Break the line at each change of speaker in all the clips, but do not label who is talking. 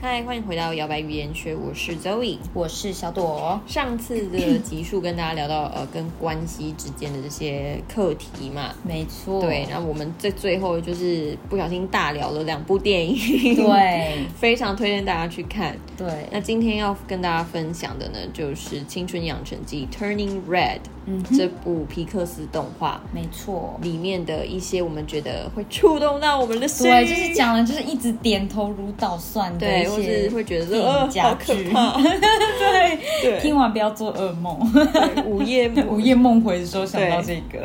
嗨，欢迎回到摇摆语言学，我是 Zoe。
我是小朵。哦
上次 的集数跟大家聊到呃，跟关系之间的这些课题嘛，
没错，
对，然后我们在最后就是不小心大聊了两部电影，，
对
非常推荐大家去看。那
对，
今天要跟大家分享的呢，就是《青春养成记》（Turning Red）
嗯哼，
这部皮克斯动画
没 错，
里面的一些我们觉得会触动到我们的心，
对，就是讲了，就是一直点头如捣蒜的
对，
一
或
些
是 会觉得说
电
呃
影
好
家
可
具。
怕，对，
听完不要做噩梦，
对午 夜
午夜梦回的时候想到这个。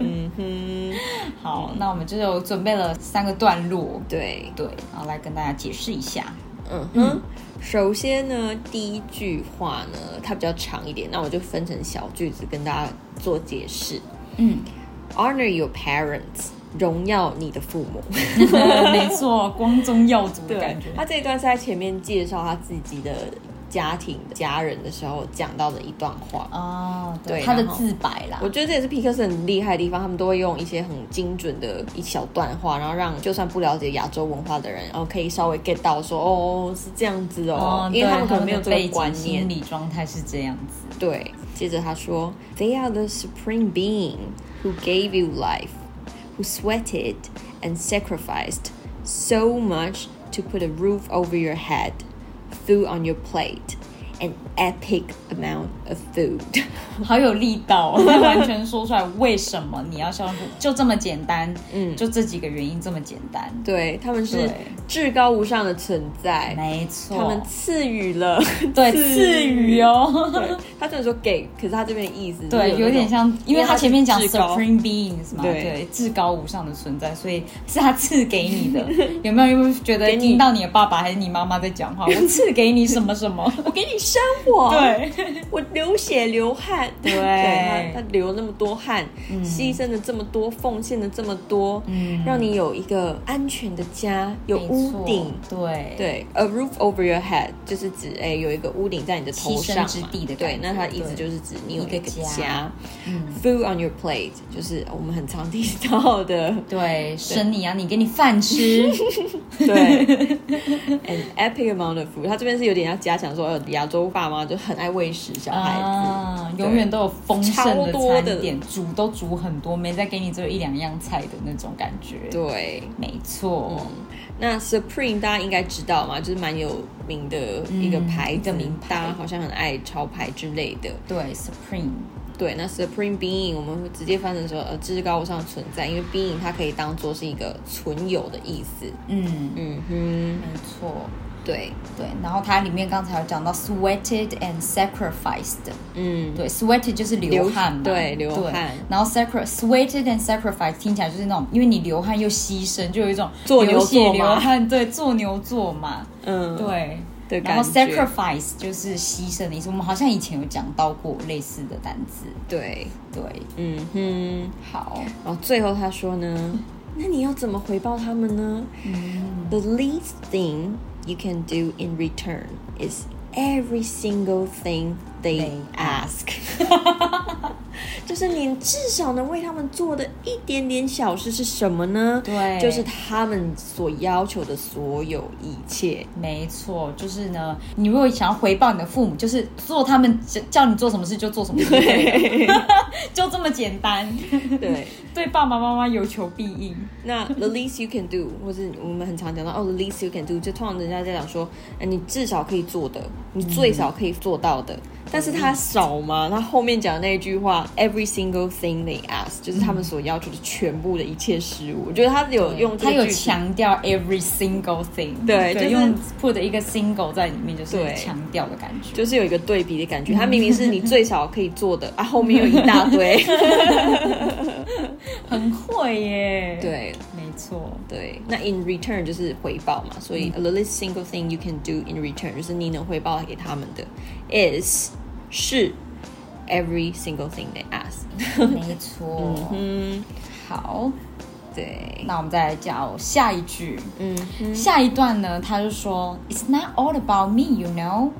嗯哼，
好，那我们就有准备了三个段落，
对，
对，然后来跟大家解释一下。
嗯哼。首先呢，第一句话呢，它比较长一点，那我就分成小句子跟大家做解释。
嗯，
Honor your parents，荣耀你的父母。
没错，光宗耀祖的感觉。
他这一段是在前面介绍他自己的家庭、家人的时候讲到的一段话。
哦，
对
对，他的
然后
自白啦
我，觉得这也是皮克斯很厉害的地方，他们都会用一些很精准的一小段话，然后让就算不了解亚洲文化的人，哦，可以稍微 get 到说，哦，是这样子哦，因为
对
他们可能没有
的
这
背
个
景
观念
心。理状态是这样子。
对，接着他说，They are the supreme being who gave you life, who sweated and sacrificed so much to put a roof over your head, food on your plate, an epic amount of food
好有力道、哦，他完全说出来为什么你要孝顺父母，就这么简单，
嗯
嗯，就这几个原因这么简单，
对，他们是
对
至高无上的存在。
没错，
他们赐予了，
对赐予。哦，
对，他虽然说给，可是他这边的意思就是
对，
那
有点
种
像，因为他前面讲
因为他是至高
supreme beings 嘛，
对
对，至高无上的存在，所以是他赐给 你的，有没有？有没有觉得
给你
听到你的爸爸还是你妈妈在讲话，我赐给你什么什么？
我给你生活，
对，
我流血流汗，
对
他他流那么多汗，牺牲了这么多，奉献了这么多，
嗯
让你有一个安全的家，有屋顶，
没错，对，
对，a roof over your head 就是指哎、有一个屋顶在你的头上嘛
栖身之地的
对，
感觉
那它意思
对
就是指你有一
一个
个
家
家
嗯
，food on your plate 就是我们很常听到的，
对，生你啊，你给你饭吃，
对，an epic amount of food。他这边是有点要加强说，呃亚洲爸妈就很爱喂食小孩子，
啊，永远都有丰盛
超多的
餐点，煮都煮很多，没再给你只有一两样菜的那种感觉。，
对。嗯
没错，
那 Supreme 大家应该知道嘛，就是蛮有名的一个牌子，
嗯一个名牌
大家好像很爱潮牌之类的。
对，Supreme，
对，那 Supreme Being 我们会直接翻成说呃至高无上的存在，因为 Being 它可以当做是一个存有的意思。
嗯，
嗯哼，
没错，
对，
对。然后它里面刚才有讲到 sweated and sacrificed，
嗯，
对，sweated 就是流汗嘛，
流对流汗
然后 sacri sweated and sacrificed 听起来就是那种，因为你流汗又牺牲，就有一种
做牛
流血
做马
流汗，对，做牛做马，
嗯，
对。
的
然后
感觉，
sacrifice 就是牺牲的意思，我们好像以前有讲到过类似的单词。
对，
对，
嗯哼。
好，
然后最后他说呢，那你要怎么回报他们呢、t h e least thing you can do in return is every single thing they
They
ask 。 就是你至少能为他们做的一点点小事是什么呢？
对
就是他们所要求的所有一切。
没错，就是呢，你如果想要回报你的父母，就是做他们叫叫你做什么事就做什么事， 对了就这么简单。
对，
对爸爸妈妈有求必应。
那 the least you can do，或是我们很常讲到哦，the least you can do，就通常人家在讲说，呃你至少可以做的，你最少可以做到的。但是他少吗？他后面讲的那一句话，every single thing they ask，就是他们所要求的全部的一切事物。我觉得他有用这
他
个
有
句子，
强调 every single thing，
对就是
用 put 一个 single 在里面，就
对
是强调的感觉。
就是有一个对比的感觉。他明明是你最少可以做的啊，后面有一大 堆。
很会耶。，
对，
没错。
对，那 in return 就是回报嘛，所以
嗯
the least single thing you can do in return 就是你能回报给他们的 is 是 every single thing they ask。
没错，
嗯，
好，
对，
那我们再来讲下一句。
嗯，
下一段呢，他就说，It's not all about me, you know.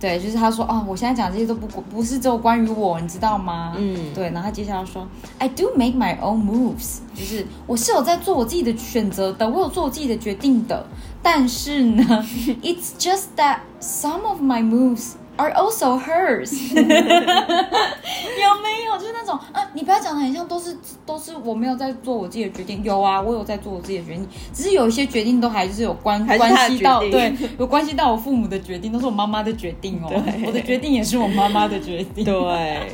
对，就是他说啊、我现在讲这些都不不是只有关于我，你知道吗？
嗯
对。然后他接下来说，I do make my own moves，就是我是有在做我自己的选择的，我有做我自己的决定的。但 是呢，It's just that some of my moves are also hers 。有没有？就是那种啊，你不要讲的很像都是都是我没有在做我自己的决定。有啊，我有在做我自己的决定，只是有一些决定都还是有关
还是他的
关系到
决定
对有关系到我父母的决定，都是我妈妈的决定哦
对。
我的决定也是我妈妈的决 定。
对，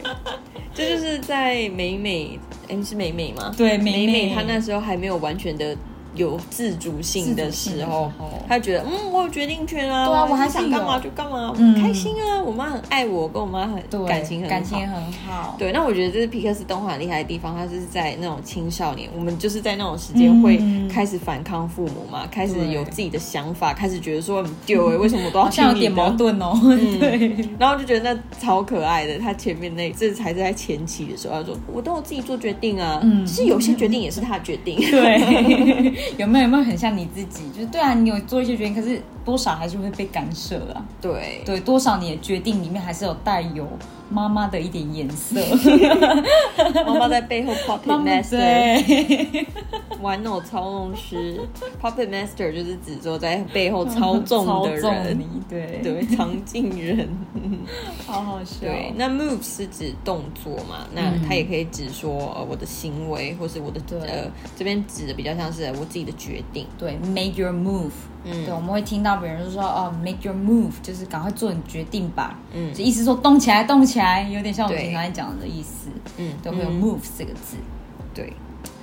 这就是在美美，哎、是美美吗？
对
美
美美
她那时候还没有完全的有自主性的时候
自主性的时候，
她觉得嗯，我有决定权啊，
对啊我还是
想干嘛
有
就干嘛，我
嗯
开心啊，我妈很爱我，跟我妈很
对，
感情很
感情
好
也。很好。
对，那我觉得这是皮克斯动画很厉害的地方，它就是在那种青少年，我们就是在那种时间会
嗯
开始反抗父母嘛，开始
对
有自己的想法，开始觉得说很丢哎，为什么我都要
好像有
听你
点
的
矛盾哦，
嗯
对，
然后就觉得那超可爱的。他前面那这才是在前期的时候，他说我都有自己做决定啊，
嗯
嗯，其实有些决定也是他的决定，
对， 有没有有没有很像你自己？就是对啊，你有做一些决定，可是多少还是会被干涉啊。
对
对，多少你的决定里面还是有带有妈妈的一点 颜色。
妈妈在背后 puppet
妈
master
对，
玩偶操弄师，puppet master 就是指说在背后操纵的
操纵
人，
你，对，
对，藏镜人。
好好笑。
对，那 move 是指动作
嗯
嘛？那它也可以指说呃我的行为，或是我的
对
呃这边指的比较像是呃我自己的决定。
对，make your move。
嗯
对，我们会听到别人就说哦，make your move，就是赶快做你决定吧。
嗯
就意思说动起来，动起来，有点像我们
对
平常在讲的意思。
嗯，
对，会有
嗯
move 这个字。
对。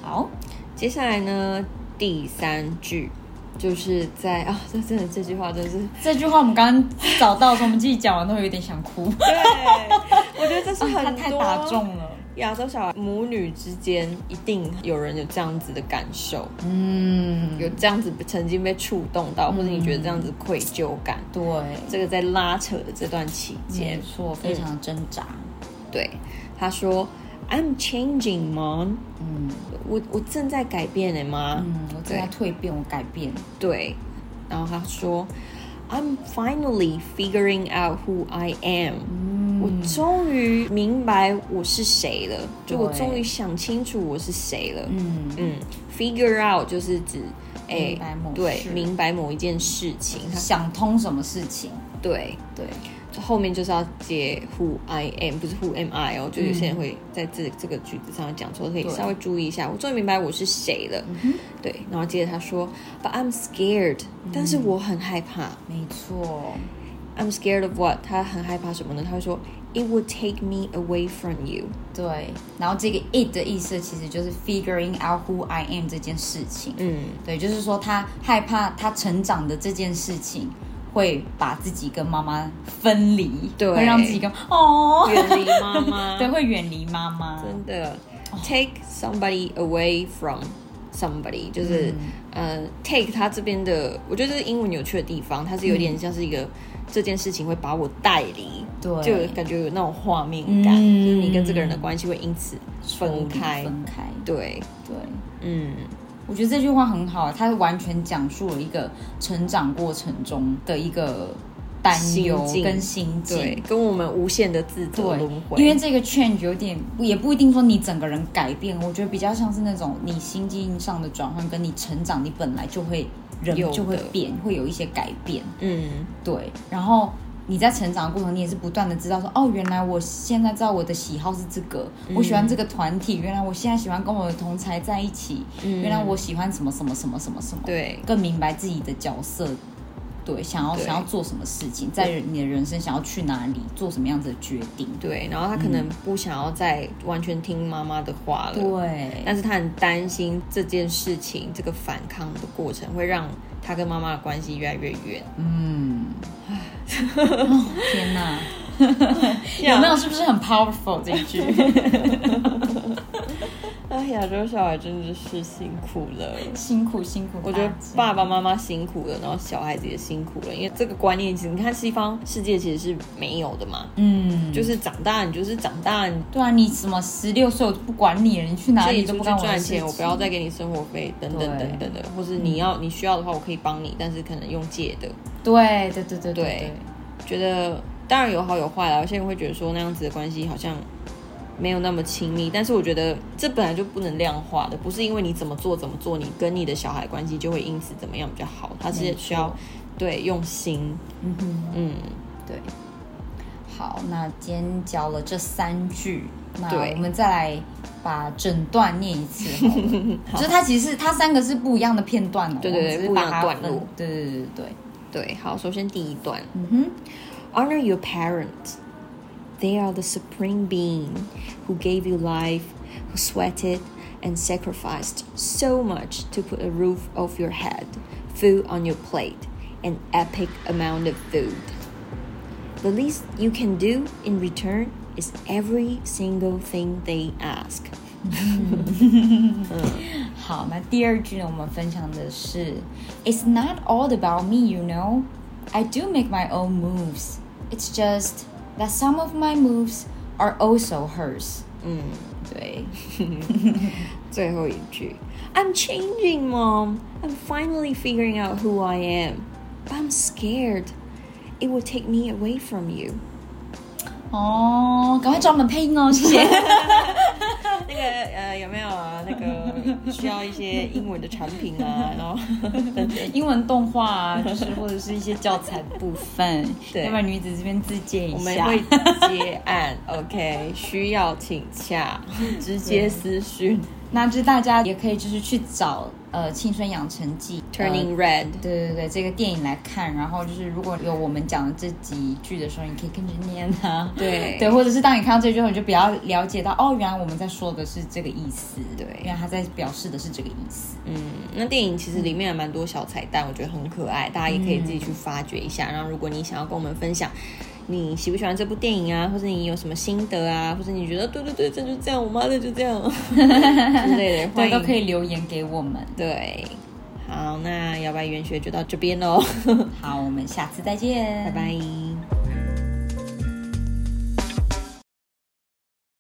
好，
接下来呢，第三句就是在 啊、这真的这句话真是，
这句话我们刚刚找到的时候，我们自己讲完都有点想 哭，
对，我觉得这是很
它
多
啊太打中了。
亚洲小孩母女之间一定有人有这样子的感受，
嗯，
有这样子曾经被触动到，或者你觉得这样子愧疚感。
对，
这个在拉扯的这段期间
没，
嗯
错，非常挣扎。
对他说：“I'm changing, mom。
嗯
我”我正在改变呢，妈。
嗯，我正在蜕变，我改变。
对，然后他说：“I'm finally figuring out who I am、
嗯，
我终于明白我是谁了，就我
对
终于想清楚我是谁了。
嗯，
嗯，figure out 就是指哎
明白某，
对
事，
明白某一件事情。他
想通什么事情？
对，
对，
后面就是要接 who I am，不是 who am I 哦。就有些人会在这、这个句子上讲错，可以
对
稍微注意一下。我终于明白我是谁了。
哼
对，然后接着他说，But I'm scared，、但是我很害怕。
没错。
I'm scared of what？他很害怕什么呢？他会说，It would take me away from you。
对，然后这个 it 的意思其实就是 figuring out who I am 这件事情。
嗯，
对，就是说他害怕他成长的这件事情会把自己跟妈妈分离，
对
会让自己跟哦，
远离妈 妈，
对，会远离妈妈。
真的，take
嗯
Oh somebody away from somebody，就是、
嗯
呃，take 它这边的，我觉得这是英文有趣的地方，它是有点像是一个、这件事情会把我带离，
对
就有感觉有那种画面感，
嗯
就是你跟这个人的关系会因此分开，
分开，
对，
对。
嗯，
我觉得这句话很好，它完全讲述了一个成长过程中的一个担忧
心境
跟心境。
对，跟我们无限的自责轮回，
因为这个 change 有点也不一定说你整个人改变，我觉得比较像是那种你心境上的转换，跟你成长，你本来就会人
有的
就会变，会有一些改变，
嗯。
对。然后你在成长的过程，你也是不断的知道说，哦，原来我现在知道我的喜好是这个，我喜欢这个团体，原来我现在喜欢跟我的同才在一起，
嗯
原来我喜欢什么什么什么什么什么，
对
更明白自己的角色。对，想要
对
想要做什么事情，在你的人生想要去哪里，做什么样子的决定，
对，然后他可能不想要再完全听妈妈的话了，
对，
但是他很担心这件事情，这个反抗的过程会让他跟妈妈的关系越来越远。
嗯，哦天哪，
啊
有没有是不是很 powerful 这一 句？
哎，亚洲小孩真的是辛苦了。
辛苦辛苦，
我觉得爸爸妈妈辛苦了，然后小孩子也辛苦了，因为这个观念其实你看西方世界其实是没有的嘛，
嗯，
就是长大你就是长大，你
对啊，你什么十六岁我就不管你了，你去哪
自
里
己
都
出
不
去
干我的
赚
事
钱，
情，
我不要再给你生活费等等
对
等等的，或是你要你需要的话我可以帮你，但是可能用借的，
对对对对
对觉得当然有好有坏啦，有些人会觉得说那样子的关系好像没有那么亲密，但是我觉得这本来就不能量化的，不是因为你怎么做怎么做，你跟你的小孩关系就会因此怎么样比较好，它是需要对用心，
嗯哼，
嗯，
对。好，那今天教了这三句，那
对
我们再来把整段念一次好 了。就是它其实是它三个是不一样的片段哦，
对对对
我们只是把
不一样
它
的段落
分对对对对对。
对，好，首先第一段
嗯哼，
，Honor your parents. They are the supreme being who gave you life, who sweated and sacrificed so much to put a roof over your head, food on your plate, an epic amount of food. The least you can do in return is every single thing they ask.
好，那第二句呢，我们分享的是，It's not all about me, you know. I do make my own moves. It's just that some of my moves are also hers. 嗯，对，
最后一句, I'm changing, mom. I'm finally figuring out who I am. But I'm scared. It will take me away from you.
哦，赶快找我们配音哦，谢谢。
那个呃有没有啊？那 个需要一些英文的产品啊，然后
英文动画啊，就是或者是一些教材的部分，
对
要不然女子这边自荐一
我们
下。
会接案，OK？需要请 假，直接私讯
那就是大家也可以就是去找呃《青春养成记》
，Turning
呃
Red。
对对对，这个电影来看，然后就是如果有我们讲的这几句的时候，你可以跟着念 啊。
对
对，或者是当你看到这句后，你就比较了解到哦，原来我们在说的是这个意思。
对
原来他在表示的是这个意思。
嗯，那电影其实里面有蛮多小彩蛋，我觉得很可爱，大家也可
嗯
以自己去发掘一下。然后，如果你想要跟我们分享你喜不喜欢这部电影啊，或者你有什么心得啊，或者你觉得对对对，这就这样，我妈的就这 样之类的，欢
对，
迎
都可以留言给我们。
对，好，那摇摆元学就到这边喽，
好，我们下次再见，
拜拜。